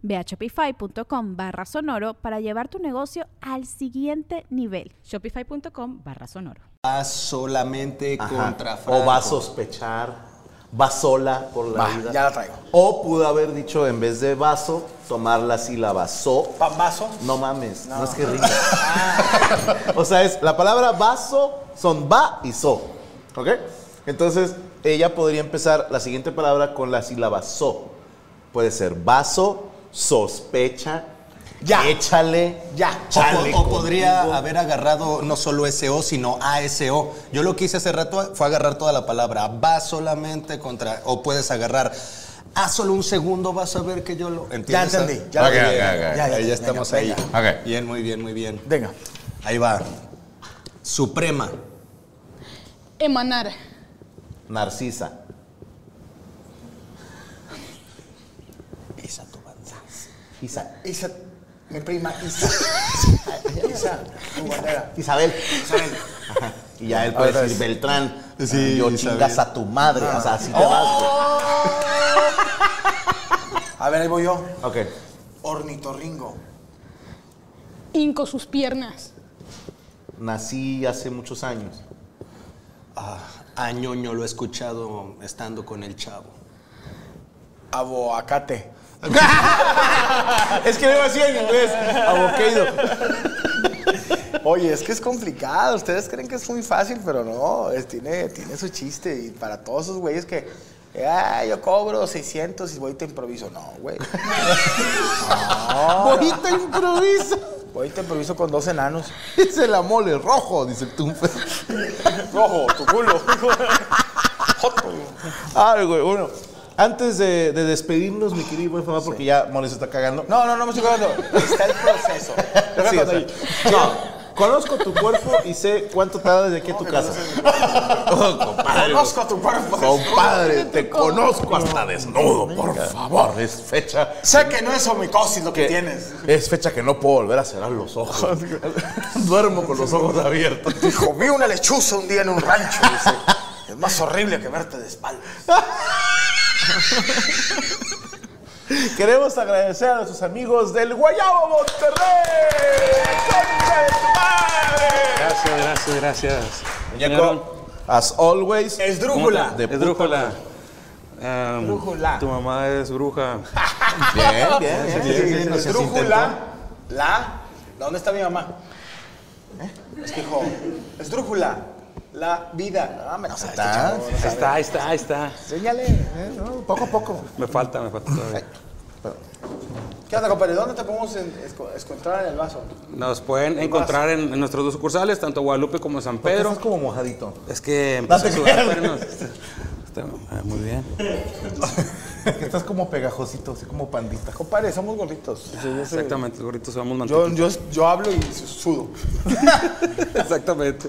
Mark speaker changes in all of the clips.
Speaker 1: Ve a shopify.com barra sonoro para llevar tu negocio al siguiente nivel.
Speaker 2: Shopify.com barra sonoro.
Speaker 3: Va solamente
Speaker 4: Ajá.
Speaker 3: contra
Speaker 4: O
Speaker 3: Franco.
Speaker 4: va a sospechar, va sola por la
Speaker 3: Va,
Speaker 4: vida.
Speaker 3: ya la traigo.
Speaker 4: O pudo haber dicho en vez de vaso, tomar la sílaba so.
Speaker 3: Pambazo.
Speaker 4: No mames, no,
Speaker 3: No. Ah.
Speaker 4: es que rima. o sea, es la palabra vaso son va y so. ¿Ok? Entonces, ella podría empezar la siguiente palabra con la sílaba so. Puede ser vaso, sospecha,
Speaker 3: Ya.
Speaker 4: échale,
Speaker 3: Ya.
Speaker 4: chale
Speaker 3: O, o podría
Speaker 4: contigo.
Speaker 3: haber agarrado no solo SO, sino ASO. Yo lo que hice hace rato fue agarrar toda la palabra. Va solamente contra. O puedes agarrar. A solo un segundo vas a ver que yo lo. ¿Entiendes?
Speaker 5: entendí, ya
Speaker 3: Ah,
Speaker 5: entendí.
Speaker 3: ok,
Speaker 5: Ya,
Speaker 3: ok,
Speaker 5: ya,
Speaker 3: ok.
Speaker 5: ya,
Speaker 3: Ahí
Speaker 5: venga,
Speaker 3: ya estamos
Speaker 5: venga.
Speaker 3: ahí.
Speaker 5: Ok.
Speaker 3: Bien, muy bien, muy bien.
Speaker 5: Venga.
Speaker 3: Ahí va. Suprema.
Speaker 6: Emanar.
Speaker 4: Narcisa.
Speaker 5: Isa tu bandera.
Speaker 4: Isa-
Speaker 5: Isa, mi prima Isa. Isa, tu bandera.
Speaker 4: Isabel.
Speaker 5: Isabel.
Speaker 4: Y ya él
Speaker 5: Ahora
Speaker 4: puede
Speaker 5: es-
Speaker 4: decir, Beltrán,
Speaker 3: Sí,
Speaker 4: yo
Speaker 3: Isabel.
Speaker 4: chingas a tu madre. O sea, así te vas.
Speaker 5: A ver, ahí voy yo.
Speaker 4: Ok.
Speaker 5: Ornitorringo.
Speaker 6: Hinco sus piernas.
Speaker 4: Nací hace muchos años.
Speaker 3: Ah, a ñoño lo he escuchado estando con el chavo.
Speaker 5: Aboacate.
Speaker 4: es que lo iba a decir en inglés. Abocado.
Speaker 5: Oye, es que es complicado. Ustedes creen que es muy fácil, pero no. es- tiene, tiene su chiste. Y para todos esos güeyes que. Ah, yo cobro 600 y voy y te improviso. No, güey. No,
Speaker 4: Voy y te improvisa.
Speaker 5: Voy y te improviso con dos enanos.
Speaker 4: Dice la mole rojo, Oh, dice el tumpe.
Speaker 5: Rojo, tu culo.
Speaker 4: Ay, güey, bueno. Antes de, de despedirnos, mi querido buen fama, porque ya Mole se está cagando.
Speaker 5: No, no, no me estoy cagando. Está el proceso.
Speaker 4: Sí, o sea, no, conozco tu cuerpo y sé cuánto tardas de aquí a tu casa. Oh, compadre.
Speaker 5: Conozco tu cuerpo.
Speaker 4: Compadre, te conozco hasta desnudo, por favor. Es fecha.
Speaker 5: Sé que no es homicosis lo que tienes.
Speaker 4: Es fecha que no puedo volver a cerrar los ojos. Duermo con los ojos abiertos.
Speaker 5: Dijo, vi una lechuza un día en un rancho. dice. es más horrible que verte de espaldas.
Speaker 4: Queremos agradecer a nuestros amigos del Guayabo Monterrey. ¡Concha de tu madre!
Speaker 7: Gracias, gracias, gracias. Señor,
Speaker 4: Muñeco, as always.
Speaker 5: Esdrújula.
Speaker 4: De puta
Speaker 7: es brújula. Am,
Speaker 5: Brújula.
Speaker 7: Tu mamá es bruja.
Speaker 4: Bien, bien, bien.
Speaker 5: Sí,
Speaker 4: sí, sí, no seas
Speaker 5: esdrújula. La. ¿La ¿Dónde está mi mamá? ¿Eh? Es que dijo, esdrújula. La vida. No, me la sabe este
Speaker 4: está.
Speaker 5: chavo, no
Speaker 7: Ahí
Speaker 5: sabe.
Speaker 7: está, ahí está, ahí está.
Speaker 5: Enséñale. eh, no, poco a poco.
Speaker 7: Me falta, me falta todavía.
Speaker 5: ¿Qué onda, compadre? ¿Dónde te podemos en- esco- encontrar en el vaso?
Speaker 7: Nos pueden encontrar en, en nuestros dos sucursales, tanto Guadalupe como San
Speaker 4: ¿Por qué
Speaker 7: Pedro.
Speaker 4: estás como mojadito.
Speaker 7: Es que
Speaker 4: No
Speaker 7: empecé
Speaker 4: te
Speaker 7: a sudar,
Speaker 4: creas.
Speaker 7: pero no- Está- ah, muy bien.
Speaker 4: Estás como pegajosito, así como pandita.
Speaker 5: Compadre, somos gorditos. Sí, yo soy-
Speaker 7: Exactamente, ahorita somos
Speaker 5: Yo,
Speaker 7: mantequilla.
Speaker 5: yo, yo hablo y sudo.
Speaker 7: Exactamente.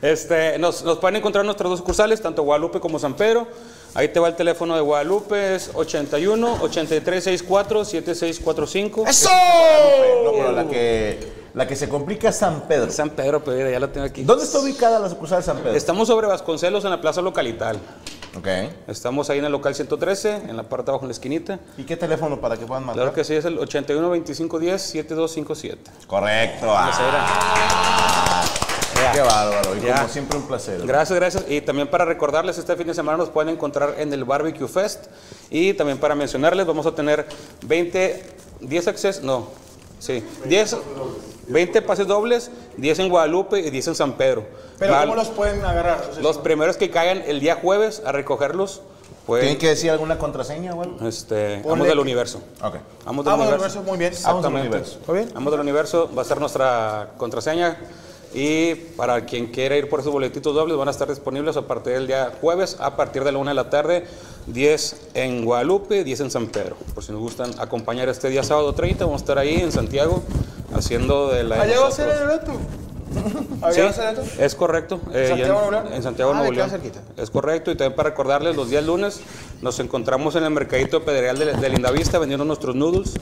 Speaker 7: Este, nos, nos pueden encontrar en nuestros dos sucursales, tanto Guadalupe como San Pedro. Ahí te va el teléfono de Guadalupe, es 81 8364 7645.
Speaker 5: ¡Eso!
Speaker 4: No, pero la que, la que se complica es San Pedro.
Speaker 7: San Pedro, pero mira, ya la tengo aquí.
Speaker 4: ¿Dónde está ubicada la sucursal de San Pedro?
Speaker 7: Estamos sobre Vasconcelos en la plaza localital.
Speaker 4: Ok.
Speaker 7: Estamos ahí en el local 113, en la parte de abajo en la esquinita.
Speaker 4: ¿Y qué teléfono para que puedan marcar?
Speaker 7: Claro que sí, es el 81 25 10 7257.
Speaker 4: Correcto. Ah.
Speaker 7: Ya.
Speaker 4: Qué bárbaro. Y
Speaker 7: Ya.
Speaker 4: como siempre, un placer.
Speaker 7: Gracias, gracias. Y también para recordarles, este fin de semana nos pueden encontrar en el Barbecue Fest. Y también para mencionarles, vamos a tener 20, 10 accesos, no, sí, 10, 20 pases dobles, 10 en Guadalupe y 10 en San Pedro.
Speaker 5: Pero
Speaker 7: Va-
Speaker 5: ¿cómo los pueden agarrar? O sea,
Speaker 7: los primeros que caigan el día jueves a recogerlos, pues
Speaker 4: ¿Tienen que decir alguna contraseña o algo?
Speaker 7: este,
Speaker 5: Ponle
Speaker 7: Amos del
Speaker 5: que-
Speaker 7: Universo.
Speaker 4: Ok. Ah,
Speaker 7: Amos
Speaker 5: Amos del Universo, muy bien.
Speaker 4: Amos del
Speaker 7: Exactamente.
Speaker 4: Universo.
Speaker 5: Muy bien.
Speaker 7: Amos del Universo va a ser nuestra contraseña. Y para quien quiera ir por esos boletitos dobles, van a estar disponibles a partir del día jueves, a partir de la 1 de la tarde, 10 en Guadalupe, 10 en San Pedro. Por si nos gustan acompañar este día sábado 30, vamos a estar ahí en Santiago haciendo de
Speaker 4: Ah,
Speaker 7: la. de
Speaker 5: Allá va a ser el
Speaker 7: nosotros.
Speaker 5: evento. Allá va a
Speaker 7: Sí,
Speaker 5: ser el evento.
Speaker 7: Es correcto. eh,
Speaker 5: ¿En
Speaker 7: ya
Speaker 5: Santiago, Nuevo León?
Speaker 7: En Santiago,
Speaker 5: Ah,
Speaker 7: Nuevo
Speaker 5: me queda
Speaker 7: León.
Speaker 5: cerquita.
Speaker 7: Es correcto. Y también para recordarles, los días lunes nos encontramos en el mercadito pedregal de, de Lindavista vendiendo nuestros noodles.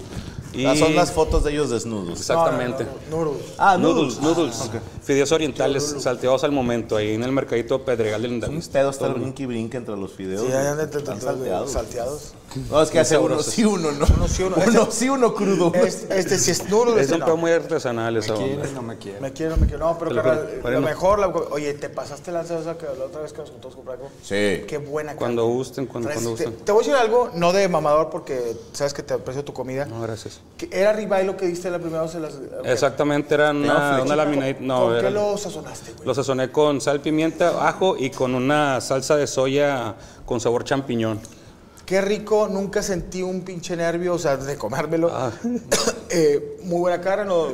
Speaker 7: Y
Speaker 4: Ah, son las fotos de ellos desnudos.
Speaker 7: Exactamente.
Speaker 5: Noodles.
Speaker 4: Ah,
Speaker 7: Noodles, noodles. Fideos orientales salteados al momento ahí en el mercadito pedregal de Lindavista.
Speaker 4: Usted está el brinque y brinque entre los fideos.
Speaker 5: Sí,
Speaker 4: güey.
Speaker 5: allá andan
Speaker 4: Están
Speaker 5: salteados.
Speaker 4: salteados.
Speaker 5: salteados.
Speaker 4: No, es que hace uno
Speaker 7: sabrosos.
Speaker 4: sí, uno no.
Speaker 5: Uno sí, uno.
Speaker 4: Uno sí, uno crudo. güey.
Speaker 5: Este, este sí es noodles.
Speaker 7: Es
Speaker 5: este
Speaker 7: un
Speaker 5: no.
Speaker 7: pedo muy artesanal esa onda.
Speaker 3: no me quieren.
Speaker 5: Me quiero, me quiero. No, pero
Speaker 7: Te lo
Speaker 5: carnal,
Speaker 7: juro.
Speaker 5: lo
Speaker 7: Bueno.
Speaker 5: mejor, la- oye, te pasaste la salsa que la otra vez que nos juntamos con Franco.
Speaker 4: Sí.
Speaker 5: Qué buena.
Speaker 7: Cuando
Speaker 5: carne.
Speaker 7: gusten, cuando-
Speaker 5: Traes-
Speaker 7: cuando
Speaker 5: te-
Speaker 7: gusten.
Speaker 5: Te voy a decir algo, no de mamador, porque sabes que te aprecio tu comida.
Speaker 7: No, gracias.
Speaker 5: Que era ribeye lo que diste la primera vez. en las-
Speaker 7: Exactamente, era una, una laminadita. No,
Speaker 5: ¿Con
Speaker 7: era-
Speaker 5: qué lo sazonaste, güey?
Speaker 7: Lo sazoné con sal, pimienta, ajo y con una salsa de soya con sabor champiñón.
Speaker 5: Qué rico, nunca sentí un pinche nervio, o sea, de comérmelo.
Speaker 7: Ah.
Speaker 5: Eh, muy buena cara, no,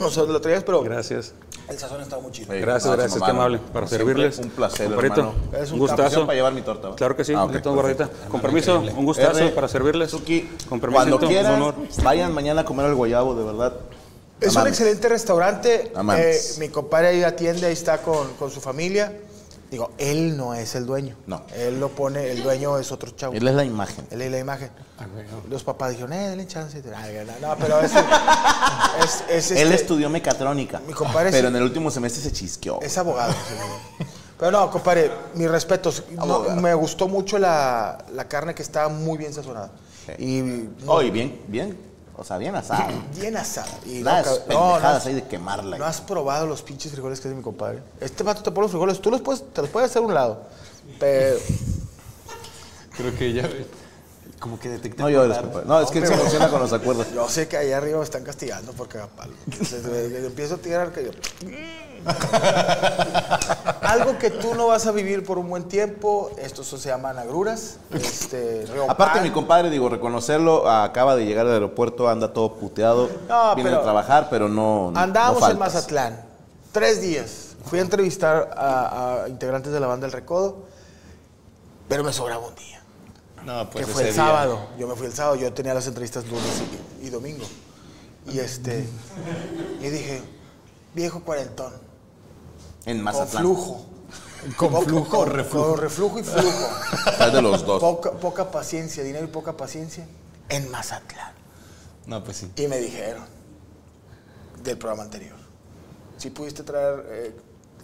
Speaker 5: no sé dónde lo traías, pero
Speaker 7: Gracias.
Speaker 5: el sazón estaba muy chido.
Speaker 4: Sí,
Speaker 7: Gracias,
Speaker 4: no, se
Speaker 7: gracias, qué
Speaker 4: mamaron.
Speaker 7: amable. Para
Speaker 4: Como siempre,
Speaker 7: servirles.
Speaker 4: Un placer,
Speaker 7: Compadrito,
Speaker 4: hermano.
Speaker 5: Es un
Speaker 7: gustazo.
Speaker 4: Opción para llevar mi torta. ¿va?
Speaker 7: Claro que sí,
Speaker 4: Ah, ok,
Speaker 7: ahorita tengo
Speaker 4: perfecto.
Speaker 7: gordita. Con permiso, un gustazo
Speaker 4: R,
Speaker 7: para servirles.
Speaker 4: Suki,
Speaker 7: Con permiso,
Speaker 4: cuando quieran,
Speaker 7: un honor.
Speaker 4: vayan mañana a comer al guayabo, de verdad.
Speaker 5: Es un
Speaker 4: Amable.
Speaker 5: excelente restaurante.
Speaker 4: Amames.
Speaker 5: Eh, mi compadre ahí atiende, ahí está con, con su familia. Digo, él no es el dueño.
Speaker 4: No.
Speaker 5: Él lo pone, el dueño es otro chavo.
Speaker 4: Él es la imagen.
Speaker 5: Él es la imagen. Los papás dijeron, eh, denle chance. Ay, no, no, pero es, es, es este-
Speaker 4: Él estudió mecatrónica.
Speaker 5: Mi compadre
Speaker 4: Pero
Speaker 5: sí.
Speaker 4: en el último semestre se chisqueó.
Speaker 5: Es abogado. señor. Pero no, compadre, mis respetos. No,
Speaker 4: Abogado.
Speaker 5: me gustó mucho la, la carne que estaba muy bien sazonada. Y
Speaker 4: Hoy, bien, bien. O sea, bien asado.
Speaker 5: bien asada. Y no,
Speaker 4: Las
Speaker 5: cab- no, no,
Speaker 4: pendejadas ahí de quemarla.
Speaker 5: no has probado los pinches frijoles que es de mi compadre. Este vato te pone los frijoles, tú los puedes, te los puedes hacer a un lado. Te-
Speaker 3: Creo que ya. Como que detecté.
Speaker 4: No llores, compadre. No, es que él se emociona con los acuerdos.
Speaker 5: yo sé que allá arriba me están castigando porque palo. Entonces, me- me empiezo a tirar que yo- "Mm". Algo que tú no vas a vivir por un buen tiempo, estos son- se llaman agruras. Este, Río
Speaker 4: Aparte,
Speaker 5: Pan.
Speaker 4: mi compadre, digo, reconocerlo, acaba de llegar al aeropuerto, anda todo puteado.
Speaker 5: No,
Speaker 4: viene
Speaker 5: pero-
Speaker 4: a trabajar, pero no. no
Speaker 5: Andábamos en
Speaker 4: faltas.
Speaker 5: Mazatlán, tres días. Fui a entrevistar a, a integrantes de la banda El Recodo, pero me sobraba un día,
Speaker 3: No, pues.
Speaker 5: que fue el
Speaker 3: ese día.
Speaker 5: sábado. Yo me fui el sábado, yo tenía las entrevistas lunes y, y domingo. Y este, y dije, viejo cuarentón,
Speaker 4: En
Speaker 5: con
Speaker 4: Mazatlán.
Speaker 5: flujo.
Speaker 3: Con
Speaker 5: Poca-
Speaker 3: flujo o
Speaker 5: con-
Speaker 3: reflujo.
Speaker 5: Con reflujo y flujo.
Speaker 4: Tal de los dos.
Speaker 5: Poca, poca paciencia, dinero y poca paciencia, en Mazatlán.
Speaker 3: No, pues sí.
Speaker 5: Y me dijeron del programa anterior, si pudiste traer eh,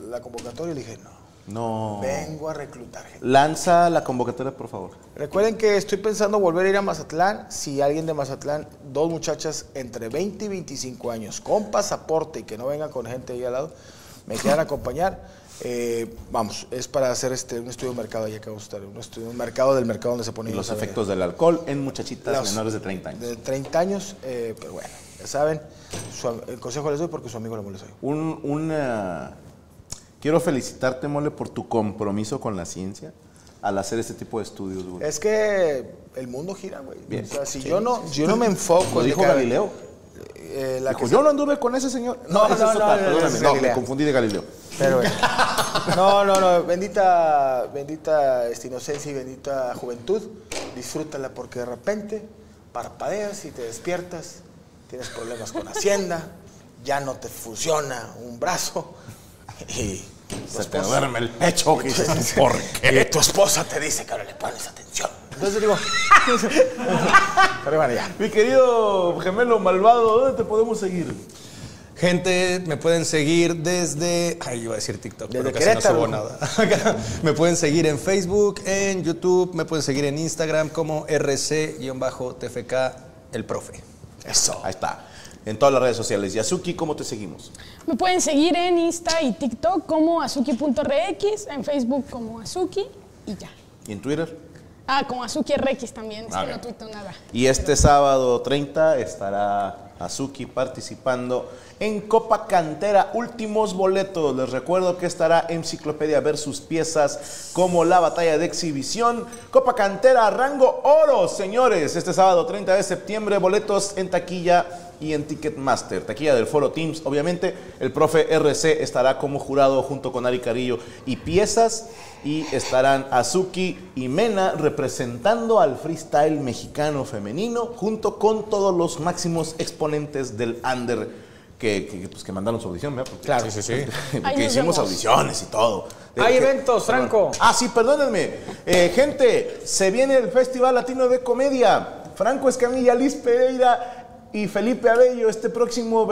Speaker 5: la convocatoria, le dije, no,
Speaker 4: No.
Speaker 5: vengo a reclutar gente.
Speaker 4: Lanza la convocatoria, por favor.
Speaker 5: Recuerden que estoy pensando volver a ir a Mazatlán, si alguien de Mazatlán, dos muchachas entre 20 y 25 años, con pasaporte y que no vengan con gente ahí al lado, me quieran acompañar. eh, vamos, es para hacer este, un estudio de mercado, ya que vamos a estar, un estudio de mercado del mercado donde se ponen
Speaker 4: Y los
Speaker 5: las
Speaker 4: efectos del alcohol en muchachitas
Speaker 5: Los-
Speaker 4: menores de 30 años.
Speaker 5: De 30 años, eh, pero bueno, ya saben, su am- el consejo les doy porque su amigo lo molestó.
Speaker 4: Un, una- Quiero felicitarte, Mole, por tu compromiso con la ciencia al hacer este tipo de estudios, güey.
Speaker 5: Es que el mundo gira, güey.
Speaker 4: Bien.
Speaker 5: O sea, si
Speaker 4: Sí.
Speaker 5: yo no, si yo no me enfoco.
Speaker 4: Lo
Speaker 5: en
Speaker 4: dijo
Speaker 5: que-
Speaker 4: Galileo.
Speaker 5: eh, la
Speaker 4: Dijo,
Speaker 5: que-
Speaker 4: yo no anduve con ese señor.
Speaker 5: No,
Speaker 4: ese
Speaker 5: no,
Speaker 4: es
Speaker 5: no,
Speaker 4: otra,
Speaker 5: no, ese
Speaker 4: perdóname.
Speaker 5: es
Speaker 4: No, me
Speaker 5: Galileo.
Speaker 4: confundí de Galileo.
Speaker 5: pero bueno. No, no, no. Bendita, bendita esta inocencia y bendita juventud. Disfrútala porque de repente parpadeas y te despiertas. Tienes problemas con Hacienda. Ya no te funciona un brazo. Y
Speaker 4: Se te duerme el pecho. que dices, ¿Por qué?
Speaker 5: Y tu esposa te dice que ahora le pones atención. Entonces digo. Pero bueno, ya.
Speaker 4: Mi querido gemelo malvado, ¿dónde te podemos seguir?
Speaker 3: Gente, me pueden seguir desde. Ay, iba a decir TikTok,
Speaker 5: Desde
Speaker 3: pero casi no subo
Speaker 5: Querétaro.
Speaker 3: nada. me pueden seguir en Facebook, en YouTube, me pueden seguir en Instagram como RC-TFK, el profe.
Speaker 5: Eso.
Speaker 4: Ahí está. En todas las redes sociales. Yasuki, ¿cómo te seguimos?
Speaker 6: Me pueden seguir en Insta y TikTok como azuki.rx, en Facebook como azuki y ya.
Speaker 4: ¿Y en Twitter?
Speaker 6: Ah, con Azuki RX también. Es
Speaker 4: Ah,
Speaker 6: que
Speaker 4: bien.
Speaker 6: no tuiteo nada.
Speaker 4: Y este sábado 30 estará Azuki participando en Copa Cantera. Últimos boletos. Les recuerdo que estará Enciclopedia versus piezas como la batalla de exhibición. Copa Cantera, rango oro, señores. Este sábado 30 de septiembre, boletos en taquilla y en Ticketmaster. Taquilla del Foro Teams, obviamente. El profe RC estará como jurado junto con Ari Carillo y piezas. Y estarán Azuki y Mena representando al freestyle mexicano femenino junto con todos los máximos exponentes del under que, que, pues, que mandaron su audición. ¿verdad? Porque-
Speaker 8: Claro. Sí, sí, sí.
Speaker 6: Ahí
Speaker 4: Porque
Speaker 6: nos
Speaker 4: hicimos
Speaker 6: vemos.
Speaker 4: audiciones y todo.
Speaker 8: Hay
Speaker 4: Eh, que-
Speaker 8: eventos,
Speaker 4: perdón.
Speaker 8: Franco.
Speaker 4: Ah, sí, perdónenme. Eh, gente, se viene el Festival Latino de Comedia. Franco Escamilla, Liz Pereira y Felipe Abello este próximo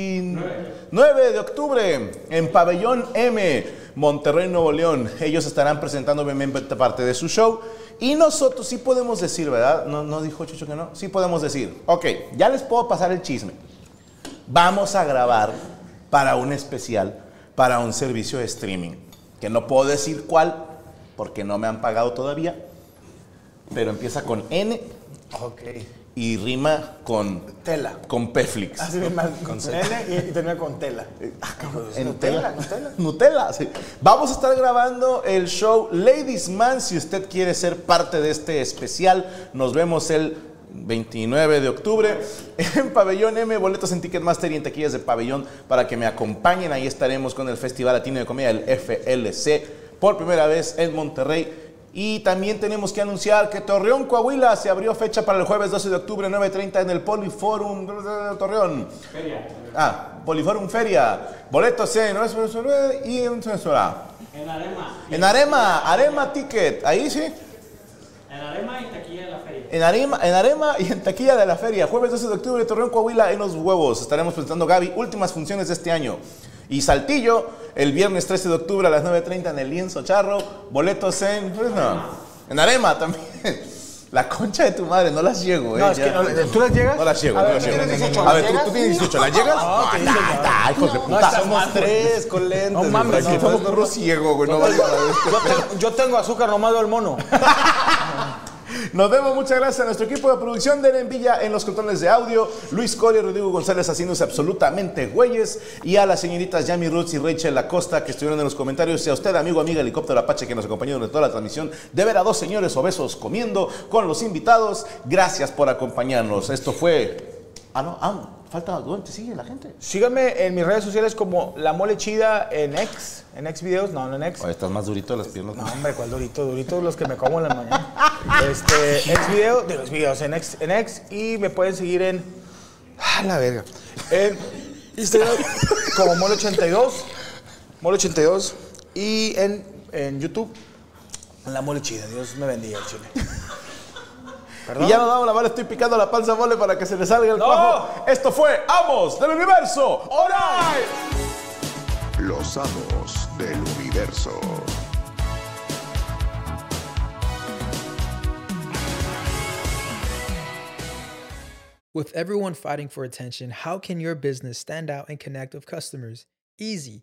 Speaker 4: 29 de octubre en Pabellón M, Monterrey, Nuevo León. Ellos estarán presentando obviamente parte de su show. Y nosotros sí podemos decir, ¿verdad? No, no dijo Chucho que no. Sí podemos decir. Ok, ya les puedo pasar el chisme vamos a grabar para un especial, para un servicio de streaming, que no puedo decir cuál, porque no me han pagado todavía, pero empieza con N
Speaker 5: Ok.
Speaker 4: y rima con,
Speaker 5: Tela.
Speaker 4: con Peflix.
Speaker 5: Así me mal. Con N y, y termina con tela. Ah, cabrón.
Speaker 4: En
Speaker 5: Nutella,
Speaker 4: Nutella.
Speaker 5: Nutella.
Speaker 4: Nutella, sí. Vamos a estar grabando el show Ladies Man. Si usted quiere ser parte de este especial, nos vemos el 29 de octubre en Pabellón M. Boletos en Ticketmaster y en taquillas de Pabellón para que me acompañen. Ahí estaremos con el Festival Latino de Comedia, el FLC, por primera vez en Monterrey. Y también tenemos que anunciar que Torreón Coahuila se abrió fecha para el jueves 12 de octubre 9.30 en el Poliforum Torreón. Ah, Poliforum Feria. Boletos en 9.99 y en Censura. En Arema, Arema Ticket, ahí sí. En Arema, en Arema y en Taquilla de la Feria, jueves 12 de octubre, Torreón Coahuila, en Los Huevos. Estaremos presentando Gaby, últimas funciones de este año. Y Saltillo, el viernes 13 de octubre a las 9.30 en el Lienzo Charro. Boletos en... pues, no, en Arema también. La concha de tu madre, no las llego, ¿eh?
Speaker 5: No, es que no, ¿tú las llegas?
Speaker 4: No las llego,
Speaker 5: A
Speaker 4: no
Speaker 5: ver,
Speaker 4: las
Speaker 5: ¿tú
Speaker 4: llego.
Speaker 5: tienes 18?
Speaker 4: A ver,
Speaker 5: ¿Las
Speaker 4: ¿tú, tú tienes 18, ¿las llegas? No, nah, nah, hijos de puta.
Speaker 5: Somos tres con lentes.
Speaker 8: No mames,
Speaker 4: Aquí
Speaker 5: güey.
Speaker 8: no,
Speaker 4: estamos burro ciego, güey. No vale madre.
Speaker 8: Yo, te- yo tengo azúcar, nomás veo el mono.
Speaker 4: Nos vemos, muchas gracias a nuestro equipo de producción de Villa en los controles de audio, Luis Coria y Rodrigo González haciéndose absolutamente güeyes, y a las señoritas Yami Roots y Rachel Acosta que estuvieron en los comentarios, y a usted, amigo, amiga, helicóptero Apache que nos acompañó durante toda la transmisión, de ver a dos señores obesos comiendo con los invitados. Gracias por acompañarnos. Esto fue... Ah, no, ah, falta... ¿Dónde te sigue la gente?
Speaker 8: Síganme en mis redes sociales como La Mole Chida en X, en X videos, no, no en X.
Speaker 4: Oye, estás más durito de las piernas.
Speaker 8: No, hombre, ¿cuál durito? Duritos los que me como en la mañana. Este, ex video, de los videos, en ex, en ex. Y me pueden seguir en. ¡Ah, la verga! En Instagram como Mole82. Mole82. Y en, en YouTube, La Mole Chida. Dios me bendiga, el chile.
Speaker 4: Y ya nos damos la mano, estoy picando la panza mole para que se le salga el
Speaker 8: ¡No!
Speaker 4: cuajo. Esto fue Amos del Universo. ¡Alright!
Speaker 9: Los amos del universo.
Speaker 10: With everyone fighting for attention, how can your business stand out and connect with customers? Easy.